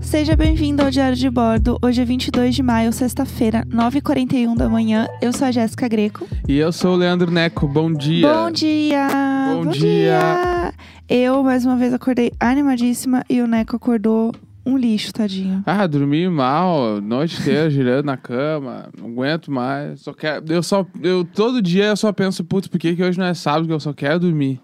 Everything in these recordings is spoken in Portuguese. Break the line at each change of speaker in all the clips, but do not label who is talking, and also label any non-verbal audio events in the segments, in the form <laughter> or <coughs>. Seja bem-vindo ao Diário de Bordo. Hoje é 22 de maio, sexta-feira, 9h41 da manhã. Eu sou a Jéssica Greco.
E eu sou o Leandro Neco. Bom dia.
Bom dia!
Bom dia.
Eu, mais uma vez, acordei animadíssima e o Neco acordou um lixo, tadinho.
Ah, dormi mal, a noite inteira girando na cama, não aguento mais. Só quero, eu só eu todo dia eu só penso, putz, por que, que hoje não é sábado que eu só quero dormir?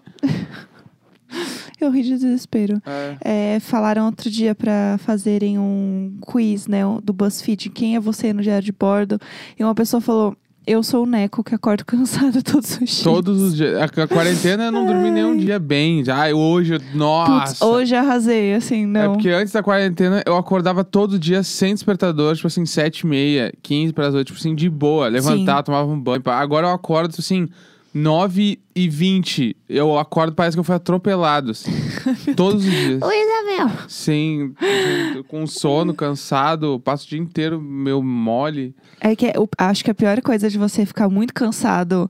Eu ri de desespero.
É.
É, falaram outro dia pra fazerem um quiz, né, do BuzzFeed. Quem é você no Diário de Bordo? E uma pessoa falou... Eu sou o Neco, que acordo <laughs> cansado todos os dias.
Todos os dias, a, a quarentena eu não dormi nenhum dia bem. Já Ai, hoje, eu- nossa.
Putz, hoje arrasei, assim, não.
É porque antes da quarentena eu acordava todo dia sem despertador, tipo assim, 7 e meia, 15 para as 8, tipo assim, de boa. Levantar, tomava um banho. pá. Agora eu acordo, tipo assim, 9 e 20. Eu acordo, parece que eu fui atropelado, assim. todos os dias.
Oi, Isabel!
Sem, com- com sono, cansado, passo o dia inteiro meu mole.
É que eu acho que a pior coisa de você ficar muito cansado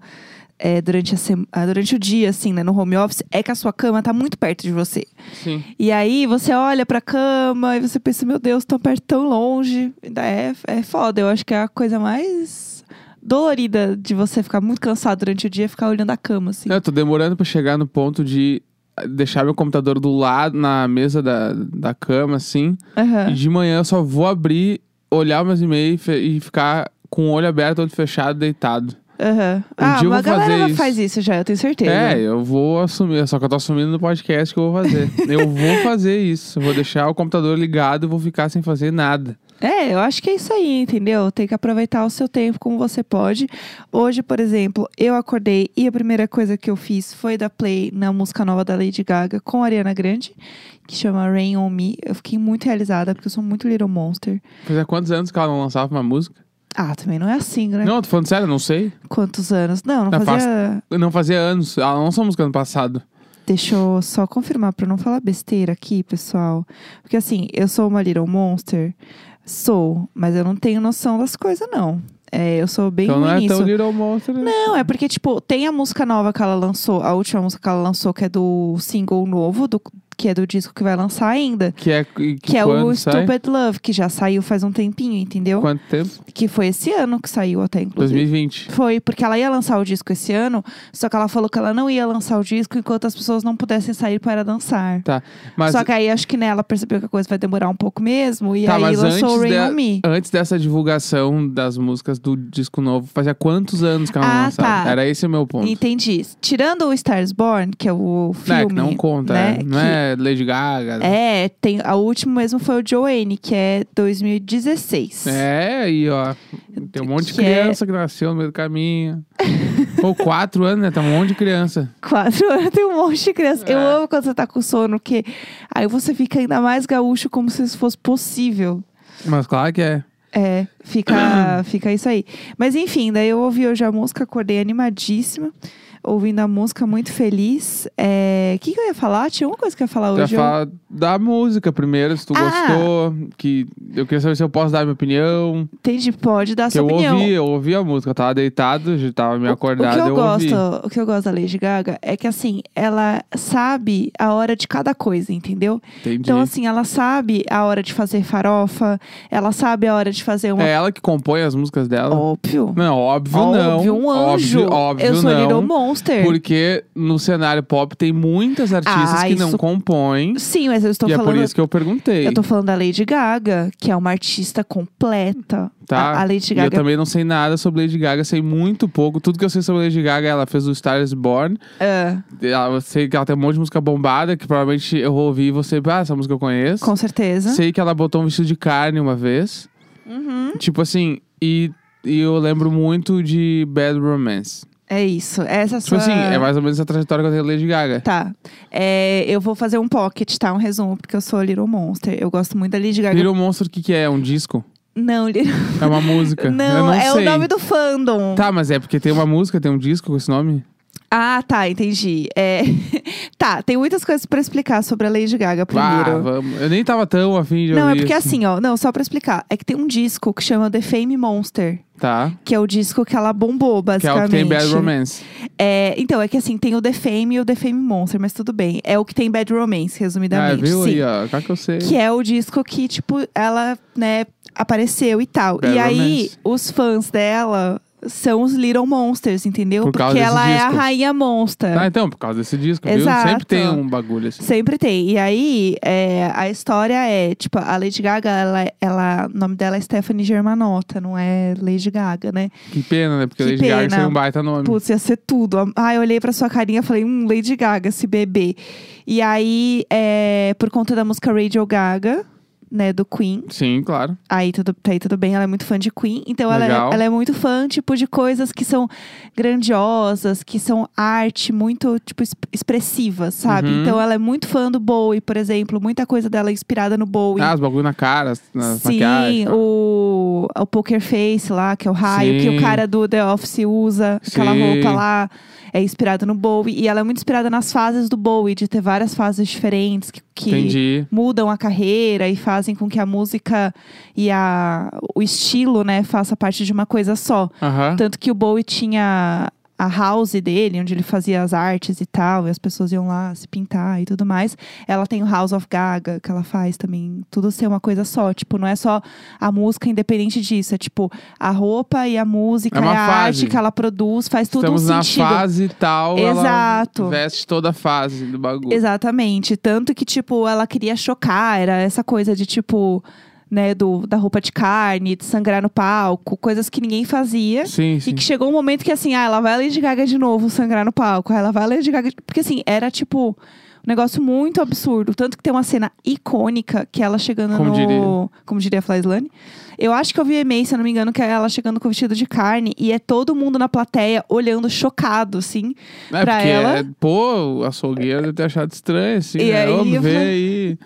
é, durante, a sema- ah, durante o dia, assim, né, no home office, é que a sua cama tá muito perto de você.
Sim.
E aí você olha pra cama e você pensa, meu Deus, tão perto, tão longe. É, é foda. Eu acho que é a coisa mais dolorida de você ficar muito cansado durante o dia é ficar olhando a cama, assim.
Eu tô demorando pra chegar no ponto de eh, deixar meu computador do lado, na mesa da, da cama, assim.
Aham.
E de manhã eu só vou abrir, olhar meus e-mails e fe- e ficar com o olho aberto, olho fechado, deitado.
aham.
Um
ah,
dia eu
uma
vou fazer
galera
isso.
faz isso já, eu tenho certeza.
É, eu vou assumir, só que eu tô assumindo no podcast que eu vou fazer.
<laughs>
eu vou fazer isso, vou deixar o computador ligado e vou ficar sem fazer nada.
É, eu acho que é isso aí, entendeu? Tem que aproveitar o seu tempo como você pode. Hoje, por exemplo, eu acordei e a primeira coisa que eu fiz foi dar play na música nova da Lady Gaga com a Ariana Grande, que chama Rain on Me. Eu fiquei muito realizada porque eu sou muito Little Monster.
Fazia quantos anos que ela não lançava uma música?
Ah, também não é assim, né?
Não, tô falando sério, não sei.
Quantos anos? Não, não
Tá
fazia.
Eu não fazia anos, ela não lançou música ano passado.
Deixa eu só confirmar pra não falar besteira aqui, pessoal. Porque assim, eu sou uma Little Monster, sou, mas eu não tenho noção das coisas, não. É, eu sou bem
então
ruim
não é
nisso.
tão Little Monster. né?
Não, é porque, tipo, tem a música nova que ela lançou, a última música que ela lançou, que é do single novo, do- que é do disco que vai lançar ainda.
Que é, que,
Que, é
quando
o
sai?
Stupid Love, que já saiu faz um tempinho, entendeu?
Quanto tempo?
Que foi esse ano que saiu até, inclusive.
2020.
Foi, porque ela ia lançar o disco esse ano, só que ela falou que ela não ia lançar o disco enquanto as pessoas não pudessem sair para dançar.
Tá. Mas
Só que aí acho que né, ela percebeu que a coisa vai demorar um pouco mesmo, e
Tá,
aí
mas
lançou o
antes
Rain
da-
on Me.
antes dessa divulgação das músicas do disco novo, fazia quantos anos que ela
Ah,
não lançava?
tá.
Era esse o meu ponto.
Entendi. Tirando o Stars Born, que é o
Não, é
filme.
que não conta,
né,
é. não
que-
é Lady Gaga.
É, tem, a última mesmo foi o Joanne, que é 2016.
É, aí, ó. Tem um monte de
Que é-
criança que nasceu no meio
<laughs>
do caminho. Pô, quatro anos, né? Tá um monte de criança.
Quatro anos, tem um monte de criança. Eu
É.
amo quando você tá com sono, porque aí você fica ainda mais gaúcho, como se isso fosse possível.
Mas claro que é.
É,
<coughs>
fica, fica isso aí. Mas enfim, daí eu ouvi hoje a música, acordei animadíssima. Ouvindo a música, muito feliz. É, O que, que eu ia falar? Tinha uma coisa que eu ia falar
Tu vai
hoje. eu-
falar da música primeiro, se tu
Ah.
gostou. Que eu queria saber se eu posso dar minha opinião.
Entendi, pode dar
Que
sua
eu
opinião.
ouvi, eu ouvi a música. Eu tava deitado, já tava meio
O-
acordado,
O que eu,
ouvi.
gosto, o que eu gosto da Lady Gaga é que assim, ela sabe a hora de cada coisa, entendeu?
Entendi.
Então assim, ela sabe a hora de fazer farofa, ela sabe a hora de fazer uma
É ela que compõe as músicas dela?
óbvio.
Não, óbvio não.
Óbvio, um anjo.
Óbvio, óbvio
eu sou
não.
Little Monster.
Porque no cenário pop tem muitas artistas
Ah,
que
isso-
não compõem.
Sim, mas eu estou
e é
falando
por isso que eu perguntei.
eu tô falando da Lady Gaga, que é uma artista completa.
Tá.
A, a Lady
E eu
Gaga.
também não sei nada sobre Lady Gaga, sei muito pouco. Tudo que eu sei sobre Lady Gaga, ela fez o Star is Born.
é,
Ela- Eu sei que ela tem um monte de música bombada, que provavelmente eu vou ouvir e você, ah, essa música eu conheço.
com certeza.
Sei que ela botou um vestido de carne uma vez.
Uhum.
Tipo assim, e, e eu lembro muito de Bad Romance.
É isso. Essa
Tipo
sua...
assim, é mais ou menos a trajetória que eu tenho de Lady Gaga.
Tá. É, eu vou fazer um pocket, tá? Um resumo, porque eu sou Little Monster. Eu gosto muito da Lady Gaga.
Little Monster, o que, que é? É Um disco?
Não, Little...
É uma
<laughs>
música?
não,
eu não
é
sei.
o nome do fandom.
Tá, mas é porque tem uma música, tem um disco com esse nome?
Ah, tá, entendi. É... <laughs> tá, tem muitas coisas pra explicar sobre a Lady Gaga
Ah,
primeiro.
vamos. Eu nem tava tão afim de
não, é
ouvir
porque
isso.
assim, ó. Não, só pra explicar. É que tem um disco que chama The Fame Monster,
Tá.
que é o disco que ela bombou,
Que é
basicamente.
o que tem Bad Romance. Ah,
É, então, é que assim, tem o The Fame e o The Fame Monster, mas tudo bem. É o que tem Bad Romance,
Ah,
resumidamente.
viu
sim.
aí, ó. Claro que eu sei.
Que é o disco que, tipo, ela, né, apareceu e tal.
Bad
e aí,
Romance.
os fãs dela são os Little Monsters, entendeu?
Por causa
Porque
desse
ela é a
disco.
rainha monster.
Ah, então, por causa desse disco, viu?
é- Exato.
Sempre tem um bagulho assim.
Sempre tem. E aí, é, a história é, tipo, a Lady Gaga, ela, ela, o nome dela é Stephanie Germanotta, não é Lady Gaga, né?
Que pena, né? Porque
Que
Lady Gaga
pena.
seria um baita nome.
Putz, ia ser tudo. Ah, eu olhei pra sua carinha e falei, hum, Lady Gaga, esse bebê. E aí, é, por conta da música Radio Gaga, né, do Queen,
Sim, claro.
aí tudo, aí tudo bem, ela é muito fã de Queen. Então ela,
Legal.
é- ela é muito fã, tipo, de coisas que são grandiosas, que são arte muito, tipo, es- expressivas, sabe?
Uhum.
Então ela é muito fã do Bowie, por exemplo. Muita coisa dela é inspirada no Bowie.
Ah, os bagulho na né? tá. cara, as- nas maquiagens.
Sim, o, o Poker Face lá, que é o raio, que
Sim.
o cara do The Office usa, aquela
Sim.
roupa lá, é inspirada no Bowie. E ela é muito inspirada nas fases do Bowie, de ter várias fases diferentes que, que
Entendi.
mudam a carreira e fazem com que a música e a, o estilo, né, faça parte de uma coisa só.
Aham.
Tanto que o Bowie tinha a house dele, onde ele fazia as artes e tal, e as pessoas iam lá se pintar e tudo mais. Ela tem o House of Gaga, que ela faz também. Tudo ser uma coisa só. Tipo, não é só a música independente disso. É tipo, a roupa e a música
É
e
uma
a
fase.
arte que ela produz faz tudo
Estamos
um
na
sentido.
fase tal.
Exato.
Ela veste toda a fase do bagulho.
Exatamente. Tanto que, tipo, ela queria chocar, era essa coisa de, tipo, né, do, da roupa de carne, de sangrar no palco, coisas que ninguém fazia.
Sim, sim.
E que chegou um momento que, assim, ah, ela vai a Lady Gaga de novo sangrar no palco, ah, ela vai a Lady Gaga. de- Porque, assim, era, tipo, um negócio muito absurdo. Tanto que tem uma cena icônica que ela chegando
Como
no.
diria?
Como diria a Flyslane. Eu acho que eu vi e-mail, se eu não me engano, que é ela chegando com o vestido de carne e é todo mundo na plateia olhando chocado, assim.
É
pra
porque,
ela-
é, pô, o açougueiro deve ter achado estranho, assim,
E
né?
aí
Ô,
eu
vê
falei-
aí.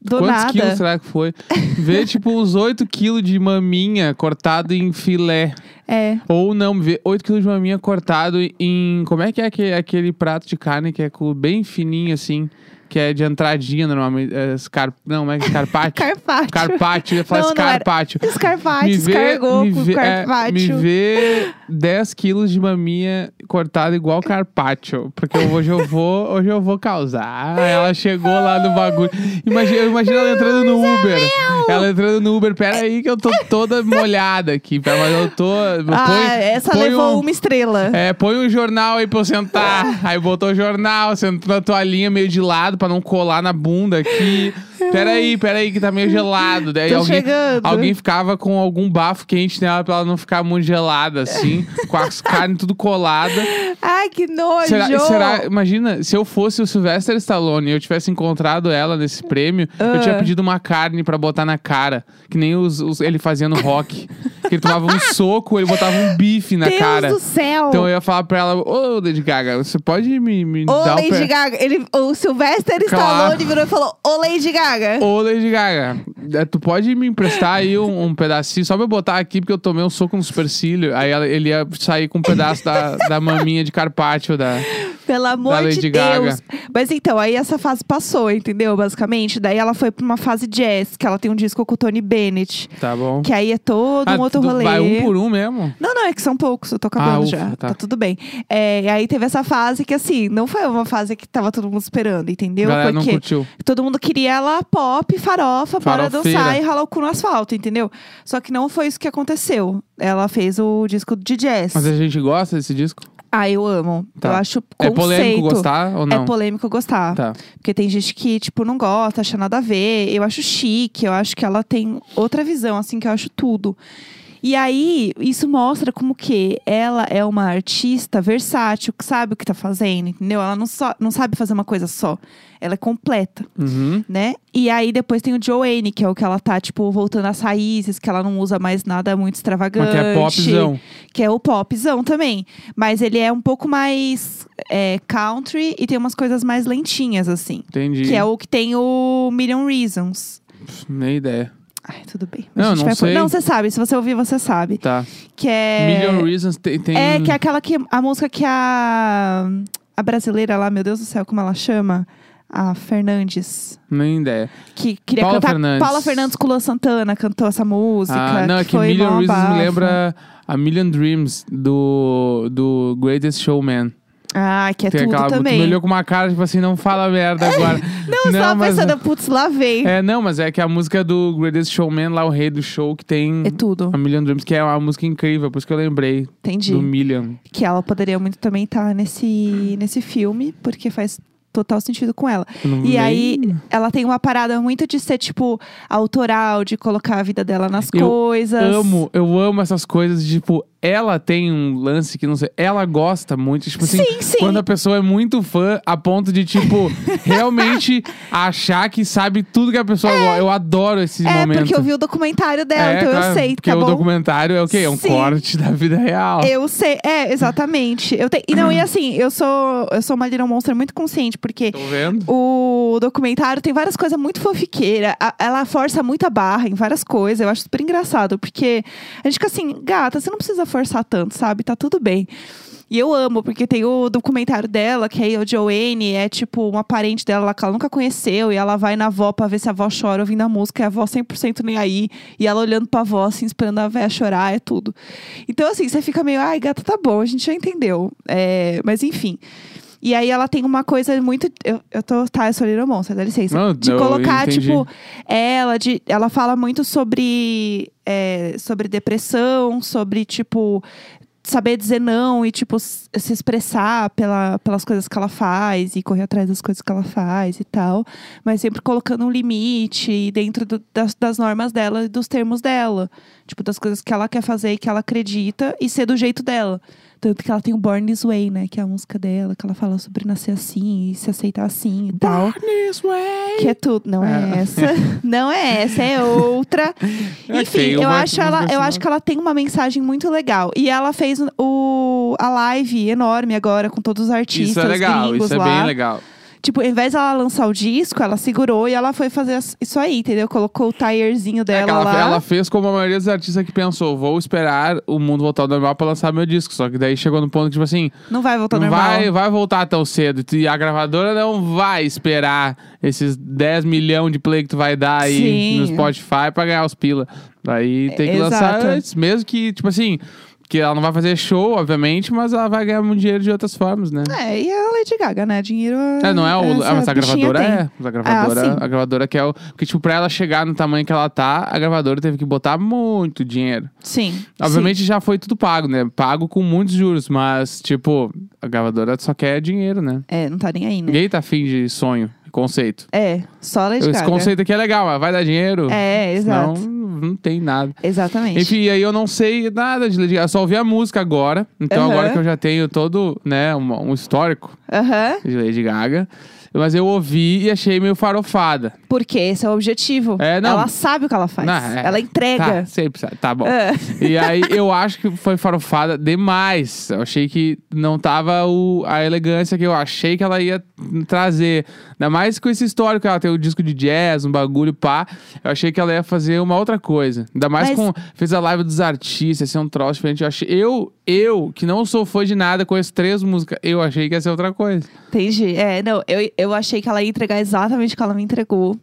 Do
Quantos
nada.
quilos será que foi?
<laughs>
Vê, tipo, uns 8 quilos de maminha cortado em filé.
É.
Ou não, vê 8 quilos de maminha cortado em... Como é que é aque- aquele prato de carne que é com- bem fininho, assim? Que é de entradinha, normalmente. É, scar... Não, como é que
<laughs>
carpaccio?
Carpaccio.
Carpaccio. Eu ia falar
Não, não era.
escarpaccio.
<laughs> Escarpate, escargou
me
com
vê, é, me
carpaccio.
vê 10 quilos de maminha cortada igual carpaccio. Porque hoje eu vou, hoje eu vou causar. Aí Ela chegou lá no bagulho. Imagina, eu imagino ela entrando no
é
Uber. Ela entrando no Uber. Pera aí que eu tô toda molhada aqui. Pera, mas eu tô... põe-
ah, essa
põe
levou
um-
uma estrela.
é, põe um jornal aí pra eu sentar. Aí botou o jornal, sentou na toalhinha meio de lado pra não colar na bunda aqui. Peraí, peraí, que tá meio gelado. Daí
Tô
alguém,
chegando.
alguém ficava com algum bafo quente nela pra ela não ficar muito gelada, assim, com as carnes tudo colada.
Ai, que nojo!
É. Será, será- imagina, se eu fosse o Sylvester Stallone e eu tivesse encontrado ela nesse prêmio, eu
Ah.
tinha pedido uma carne pra botar na cara. Que nem os, os- ele fazia no rock. que ele tomava um soco, ele botava um bife na
Deus
cara.
do céu!
Então eu ia falar pra ela, ô Lady Gaga, você pode me, me
Ô,
dar um
Lady
o pé?
Gaga, ele, o Sylvester
Claro.
Stallone virou e falou: Ô, Lady Gaga!
Ô Lady Gaga, é, tu pode me emprestar aí um, um pedacinho, só pra eu botar aqui, porque eu tomei um soco no supercílio. Aí ela- ele ia sair com um pedaço da, da maminha de carpaccio da.
Pelo amor
Lady
de
Gaga.
Deus! Mas então, aí essa fase passou, entendeu? Basicamente. Daí ela foi pra uma fase jazz, que ela tem um disco com o Tony Bennett,
Tá bom.
que aí é todo um
Ah,
outro
tu
rolê.
Vai um por um mesmo.
Não, não, é que são poucos, eu tô acabando
Ah, ufa,
já.
tá.
Tá. tudo bem. É, e aí teve essa fase que, assim, não foi uma fase que tava todo mundo esperando, entendeu?
Galera não
Porque
curtiu.
todo mundo queria ela pop, farofa, bora
Farofeira.
dançar e ralar o cu no asfalto, entendeu? Só que não foi isso que aconteceu. Ela fez o disco de jazz.
Mas a gente gosta desse disco?
Ah, eu amo.
Tá.
Eu acho
É
conceito.
polêmico gostar ou não?
É polêmico gostar.
Tá.
Porque tem gente que, tipo, não gosta, acha nada a ver. Eu acho chique, eu acho que ela tem outra visão, assim, que eu acho tudo. E aí, isso mostra como que ela é uma artista versátil, que sabe o que tá fazendo, entendeu? Ela não, só, não sabe fazer uma coisa só. Ela é completa,
Uhum.
né? E aí, depois tem o Joanne, que é o que ela tá, tipo, voltando às raízes, que ela não usa mais nada muito extravagante
Mas que é popzão.
que é o popzão também. Mas ele é um pouco mais é, country e tem umas coisas mais lentinhas, assim.
Entendi.
Que é o que tem o Million Reasons.
Pff, Nem ideia.
Ai, tudo bem.
Não,
a gente
não
vai
sei.
Não, você sabe. Se você ouvir, você sabe.
Tá.
Que é...
Million Reasons tem. tem...
É, que é aquela que... A música que a... A brasileira lá, meu Deus do céu, como ela chama? A Fernandes.
Nem ideia.
Que queria
Paula
cantar...
Fernandes.
Paula Fernandes com Luan Santana cantou essa música.
ah, não,
que
é que
foi
Million
mó
Reasons
abafo.
me lembra a Million Dreams do, do Greatest Showman.
Ah, que é
tem
tudo
aquela. Tu me
também. É.
olhou com uma cara, tipo assim, não fala merda agora.
<laughs> Não, eu tava
mas-
pensando, putz, lá vem.
É, não, mas é que a música do Greatest Showman, lá o rei do show, que tem
É tudo.
a Million Dreams, que é uma música incrível, por isso que eu lembrei
Entendi.
do Million.
Que ela poderia muito também estar nesse, nesse filme, porque faz total sentido com ela.
Eu não-
E
nem-
aí, ela tem uma parada muito de ser, tipo, autoral, de colocar a vida dela nas
Eu
coisas.
Amo, eu amo essas coisas, tipo, ela tem um lance que não sei, ela gosta muito, tipo assim,
Sim, sim.
quando a pessoa é muito fã, a ponto de,
<laughs>
tipo, realmente achar que sabe tudo que a pessoa gosta. Eu adoro esse
É,
momento.
porque eu vi o documentário dela,
É,
então
claro,
eu sei,
Porque
tá
o
bom?
documentário é o quê? É um
Sim.
corte da vida real.
Eu sei, é, exatamente. Eu te... e Não,
<clears throat>
e assim, eu sou, eu sou uma Little Monster muito consciente, porque
Tô vendo?
o documentário tem várias coisas muito fofiqueira. A- ela força muito a barra em várias coisas. Eu acho super engraçado, porque a gente fica assim, gata, você não precisa forçar tanto, sabe? Tá tudo bem. E eu amo, porque tem o documentário dela, que aí o Joanne é tipo uma parente dela lá que ela nunca conheceu. E ela vai na avó pra ver se a avó chora ouvindo a música. E a avó 100% nem aí. E ela olhando pra avó, assim, esperando a véia chorar, é tudo. Então, assim, você fica meio, ai, gata, tá bom, a gente já entendeu. É, mas enfim. E aí ela tem uma coisa muito. Eu, eu tô. Tá, eu sou Little Monster, dá licença.
Não,
de
eu
colocar,
entendi.
tipo, ela, de, ela fala muito sobre, é, sobre depressão, sobre, tipo, saber dizer não e, tipo, s- se expressar pela, pelas coisas que ela faz e correr atrás das coisas que ela faz e tal. Mas sempre colocando um limite e dentro do- das, das normas dela e dos termos dela. Tipo, das coisas que ela quer fazer e que ela acredita e ser do jeito dela. Tanto que ela tem o Born This Way, né? Que é a música dela, que ela fala sobre nascer assim e se aceitar assim e tal.
Barney's Way.
Que é tudo. Não é,
É.
essa. <laughs> Não é essa, é
<laughs>
outra.
É
Enfim,
feio,
eu,
mas
acho
não
ela,
gosto
eu
não.
acho que ela tem uma mensagem muito legal. E ela fez o, a live enorme agora com todos os artistas.
Isso é legal,
gringos
isso é
lá.
bem legal.
Tipo, ao invés dela lançar o disco, ela segurou e ela foi fazer as- isso aí, entendeu? Colocou o tirezinho
É
dela
que ela,
lá.
ela fez como a maioria dos artistas que pensou: vou esperar o mundo voltar ao normal pra lançar meu disco. Só que daí chegou no ponto que, tipo assim,
Não vai voltar ao
não
normal.
vai, vai voltar tão cedo. E a gravadora não vai esperar esses 10 milhões de play que tu vai dar aí
Sim.
no Spotify pra ganhar os pila. Daí tem que lançar
Exato.
antes, mesmo que, tipo assim, que ela não vai fazer show, obviamente, mas ela vai ganhar muito dinheiro de outras formas, né?
É, e a Lady Gaga, né? Dinheiro.
É, não é o.
essa
ah, mas a
bichinha
gravadora
tem.
é. Mas A gravadora,
Ah, sim.
a gravadora que é o. Porque, tipo, pra ela chegar no tamanho que ela tá, a gravadora teve que botar muito dinheiro.
Sim.
Obviamente já foi tudo pago, né? Pago com muitos juros, mas, tipo, a gravadora só quer dinheiro, né?
sim. É, não tá nem aí, né?
Ninguém tá afim de sonho, conceito.
É, só a Lady
Esse
Gaga.
conceito aqui é legal, mas vai dar dinheiro?
É,
Senão,
exato.
não tem nada.
Exatamente.
Enfim, e aí eu não sei nada de Lady Gaga, eu só ouvi a música agora. Então
Aham.
agora que eu já tenho todo, né, um- um histórico
Aham.
de Lady Gaga. Mas eu ouvi e achei meio farofada.
Porque esse é o objetivo.
É, não.
Ela sabe o que ela faz.
Não, é.
Ela
Tá,
entrega.
sempre, sabe? tá bom.
É.
E aí eu acho que foi farofada demais. Eu achei que não tava o, a elegância que eu achei que ela ia trazer. Ainda mais com esse histórico, ela tem o disco de jazz, um bagulho pá. Eu achei que ela ia fazer uma outra coisa. Ainda mais
Mas-
com. Fez a live dos artistas, ser um troço diferente. Eu, achei, eu, eu, que não sou fã de nada, conheço três músicas, eu achei que ia ser outra coisa.
Entendi. É, não, eu, eu achei que ela ia entregar exatamente o que ela me entregou.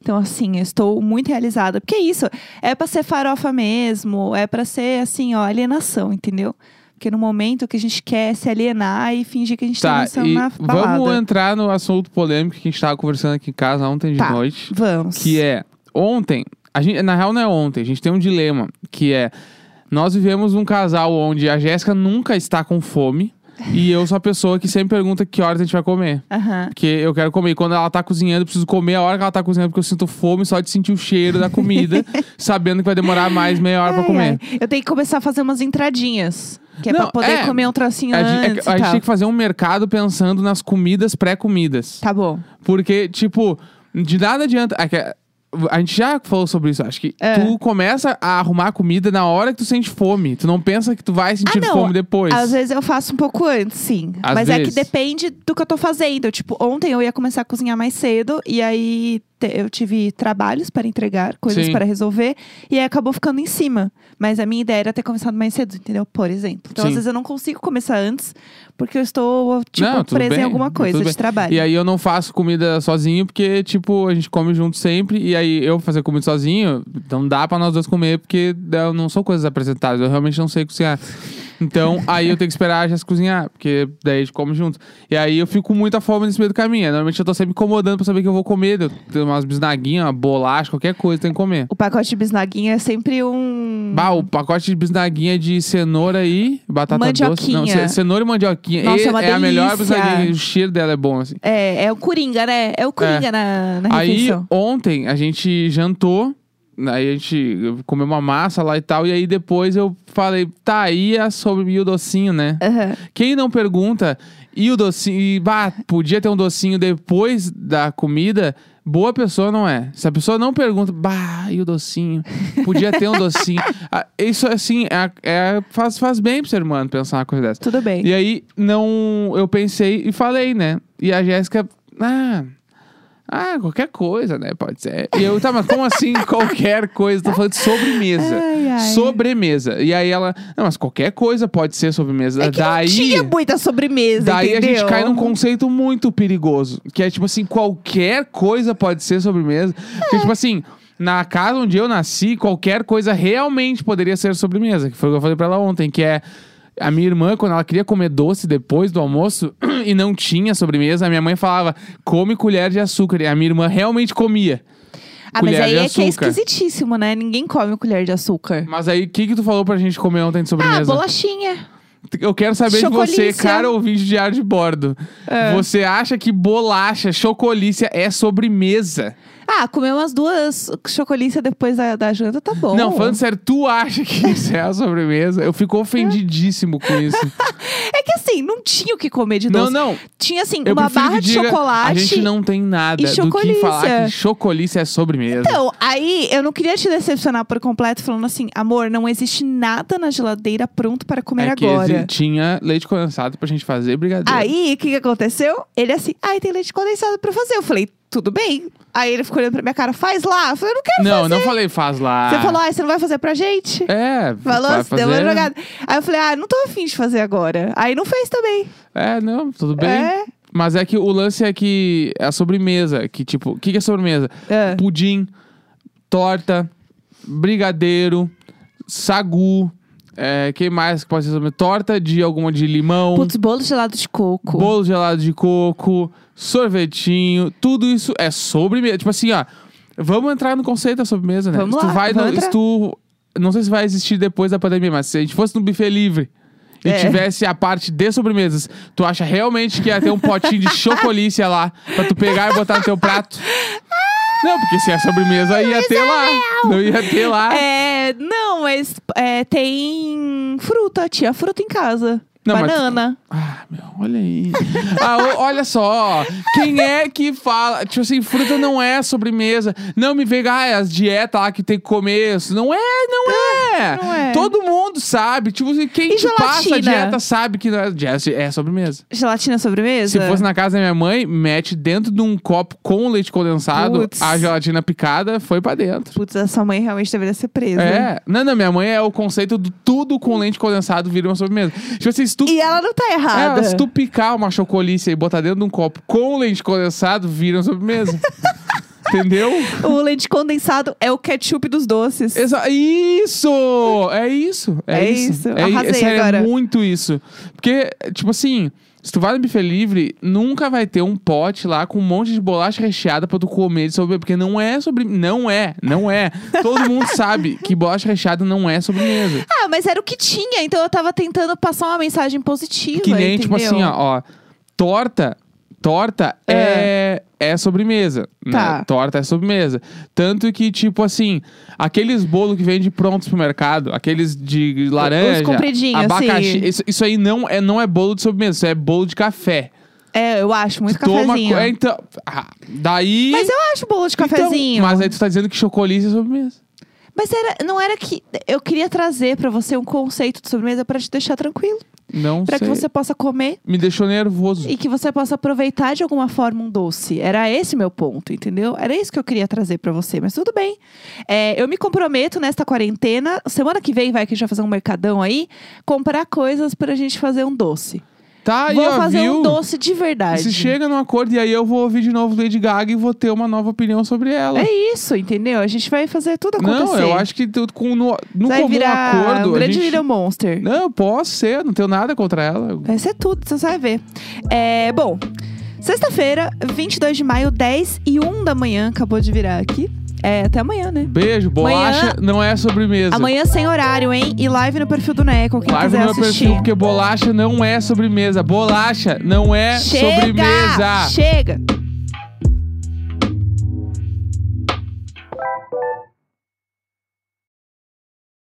Então, assim, eu estou muito realizada. Porque é isso. É pra ser farofa mesmo. É pra ser, assim, ó, alienação, entendeu? Porque no momento que a gente quer se alienar e fingir que a gente tá, dançando
e
na balada.
vamos entrar no assunto polêmico que a gente tava conversando aqui em casa ontem de
Tá.
noite.
Vamos.
Que é, ontem, a gente, na real não é ontem, a gente tem um dilema, que é, nós vivemos um casal onde a Jéssica nunca está com fome e eu sou a pessoa que sempre pergunta que horas a gente vai comer.
Aham.
Porque eu quero comer. E Quando ela tá cozinhando, eu preciso comer a hora que ela tá cozinhando, porque eu sinto fome só de sentir o cheiro
<laughs>
da comida, sabendo que vai demorar mais meia hora pra
Ai,
comer.
ai. Eu tenho que começar a fazer umas entradinhas. Que é
Não,
pra poder
é.
comer um trocinho
A gente,
antes tá.
a
e
gente
tal.
tem que fazer um mercado pensando nas comidas pré-comidas.
Tá bom.
Porque, tipo, de nada adianta. é que a- a gente já falou sobre isso, acho que
É.
tu começa a arrumar comida na hora que tu sente fome. Tu não pensa que tu vai sentir
Ah, não.
fome depois.
Às vezes eu faço um pouco antes, sim.
Às
Mas é que
vezes.
depende do que eu tô fazendo. Tipo, ontem eu ia começar a cozinhar mais cedo e aí te- eu tive trabalhos para entregar, coisas
Sim.
para resolver, e aí acabou ficando em cima. Mas a minha ideia era ter começado mais cedo, entendeu? Por exemplo. Então,
Sim.
às vezes eu não consigo começar antes, porque eu estou, tipo,
Não, tudo
presa
bem,
em alguma coisa
tudo bem.
de trabalho.
E aí eu não faço comida sozinho, porque, tipo, a gente come junto sempre. E aí eu fazer comida sozinho, não dá pra nós dois comer, porque eu não sou coisas apresentadas. Eu realmente não sei cozinhar. Então, aí eu tenho que esperar a Jess cozinhar, porque daí a gente come junto. E aí eu fico com muita fome nesse meio do caminho. Normalmente eu tô sempre incomodando pra saber que eu vou comer. Eu tenho umas bisnaguinhas, uma bolacha, qualquer coisa, tem que comer.
O pacote de bisnaguinha é sempre um.
Bah, o pacote de bisnaguinha de cenoura e batata doce. Não,
Mandioquinha.
ce- cenoura e mandioquinha.
Nossa,
E-
é uma
a melhor
delícia.
bisnaguinha, o cheiro dela é bom, assim.
É, é o Coringa, né? É o Coringa na, na
Aí,
refeição.
ontem, a gente jantou. Aí a gente comeu uma massa lá e tal. E aí depois eu falei, tá, aí é sobre e o docinho, né?
Aham.
Quem não pergunta, e o docinho, e, bah, podia ter um docinho depois da comida, boa pessoa não é. Se a pessoa não pergunta, bah, e o docinho, podia ter um
<laughs>
docinho. Ah, Isso, assim, é, é- faz, faz bem pro ser humano pensar uma coisa dessa.
Tudo bem.
E aí, não. Eu pensei e falei, né? E a Jéssica. Ah. Ah, qualquer coisa, né? Pode ser. E eu, tá, mas
<laughs>
como assim qualquer coisa? Tô falando de sobremesa.
Ai, ai.
Sobremesa. E aí ela, não, mas qualquer coisa pode ser sobremesa.
É que
daí
não tinha muita sobremesa,
daí
entendeu?
a gente cai num conceito muito perigoso. Que é tipo assim, qualquer coisa pode ser sobremesa. Porque, tipo assim, na casa onde eu nasci, qualquer coisa realmente poderia ser sobremesa. Que foi o que eu falei pra ela ontem, que é. A minha irmã, quando ela queria comer doce depois do almoço <clears throat> e não tinha sobremesa, a minha mãe falava: come colher de açúcar. E a minha irmã realmente comia.
Ah, mas
colher
aí
de
é que é
açúcar.
esquisitíssimo, né? Ninguém come colher de açúcar.
Mas aí, o que, que tu falou pra gente comer ontem
Ah,
de sobremesa?
bolachinha.
Eu quero saber de você,
Chocolícia. É.
cara ouvinte de ar de bordo. Você acha que bolacha, chocolícia é sobremesa?
Ah, comer umas duas chocolícia depois da, da janta tá bom.
Não, falando sério, tu acha que <laughs> isso é a sobremesa? Eu fico ofendidíssimo com
<laughs>
isso.
É que assim, não tinha o que comer de
não,
doce.
não.
Tinha assim,
Eu
uma
prefiro
barra
que
de
diga,
chocolate.
A gente não tem nada
e
do que
chocolícia.
falar que chocolícia é sobremesa.
Então, aí eu não queria te decepcionar por completo falando assim, amor, não existe nada na geladeira pronto para comer
é que
agora.
exi- tinha leite condensado pra gente fazer brigadeiro.
Aí, o que, que aconteceu? Ele assim, ai, tem leite condensado pra fazer. Eu falei, tudo bem. Aí ele ficou olhando pra minha cara, faz lá. Eu falei, eu não quero
não,
fazer.
não falei faz lá.
Você falou, ai, você não vai fazer pra gente?
É,
Falou,
vai
você deu uma
fazer-
jogada. Aí eu falei, ah, não tô afim de fazer agora. Aí não fez também.
É, não, tudo bem.
É.
Mas é que o lance é que é a sobremesa, que tipo, o que, que é sobremesa?
É.
Pudim, torta, brigadeiro, sagu, é, que mais que pode ser sobremesa? Torta de alguma de limão,
Putz, bolo gelado de coco.
bolo gelado de coco, sorvetinho, tudo isso é sobremesa. Tipo assim, ó, vamos entrar no conceito da sobremesa, né?
Vamos
se tu
lá,
vai
vamos
no- se
entrar.
tu- não sei se vai existir depois da pandemia, mas se a gente fosse no buffet livre e
É.
tivesse a parte de sobremesas, tu acha realmente que ia ter um potinho de chocolícia lá pra tu pegar e botar no
<laughs>
teu prato?
Ah!
Não, porque se é sobremesa ia ter lá. Não ia ter lá.
É, não, mas é, tem fruta. Tinha fruta em casa.
Não, mas-
Banana.
Ah, meu, olha aí. Ah, o- olha só. Quem é que fala? Tipo assim, fruta não é sobremesa. Não me vê, ah, é as dietas lá que tem que comer. isso. Não é, não é.
Não é.
Todo mundo sabe. Tipo assim, quem
E
que passa a
gelatina?
dieta sabe que não é, dieta é sobremesa.
Gelatina sobremesa?
Se fosse na casa da minha mãe, mete dentro de um copo com leite condensado,
Putz.
a gelatina picada foi pra dentro.
Putz, a sua mãe realmente deveria ser presa.
É, não, não, minha mãe é o conceito do tudo com leite condensado vira uma sobremesa. Tipo assim, se tu
E ela não tá errada.
é, se tu picar uma chocolícia e botar dentro de um copo com leite condensado, vira uma sobremesa. Entendeu?
O leite condensado é o ketchup dos doces.
Exa- isso! É isso. É,
É
isso.
isso.
É, i-
Arrasei
sério, é
agora.
muito isso. Porque, tipo assim, se tu vai no buffet livre, nunca vai ter um pote lá com um monte de bolacha recheada pra tu comer de sobremesa. Porque não é sobremesa. Não é, não é. Todo mundo sabe que bolacha recheada não é sobremesa.
Ah, mas era o que tinha, então eu tava tentando passar uma mensagem positiva.
Que nem, tipo
entendeu?
assim, ó, ó, torta, torta é, é sobremesa, né?
Tá.
Torta é sobremesa. Tanto que, tipo assim, aqueles bolos que vende prontos pro mercado, aqueles de laranja,
compridinhos, assim.
abacaxi,
sim.
isso, isso aí não é, não é bolo de sobremesa, isso é bolo de café.
É, eu acho, muito
Toma,
cafezinho.
co- é, então, ah, daí...
Mas eu acho bolo de
então,
cafezinho.
mas aí tu tá dizendo que chocolícia é sobremesa.
mas... Mas era, não era que. Eu queria trazer pra você um conceito de sobremesa pra te deixar tranquilo.
Não
Pra que
sei.
você possa comer
Me deixou nervoso.
e que você possa aproveitar de alguma forma um doce. Era esse meu ponto, entendeu? Era isso que eu queria trazer pra você, mas tudo bem. É, eu me comprometo nesta quarentena, semana que vem vai que a gente vai fazer um mercadão aí, comprar coisas pra gente fazer um doce.
Tá aí,
vou
ó,
fazer
viu?
um doce de verdade.
Se chega num acordo e aí eu vou ouvir de novo Lady Gaga e vou ter uma nova opinião sobre ela.
É isso, entendeu? A gente vai fazer tudo acontecer.
não, eu acho que tu- com, no, no
vai
comum
virar
acordo.
um
a
grande
gente...
Little Monster.
Não, eu posso ser, não tenho nada contra ela.
Vai ser tudo, você vai ver. É, bom, sexta-feira, 22 de maio, 10 e 1 da manhã, acabou de virar aqui. É, até amanhã, né?
Beijo, bolacha
Amanhã-
não é sobremesa.
Amanhã sem horário, hein? E live no perfil do Neco, quem
Live
quiser
no meu
assistir.
perfil, porque bolacha não é sobremesa. Bolacha não é
Chega!
sobremesa.
Chega!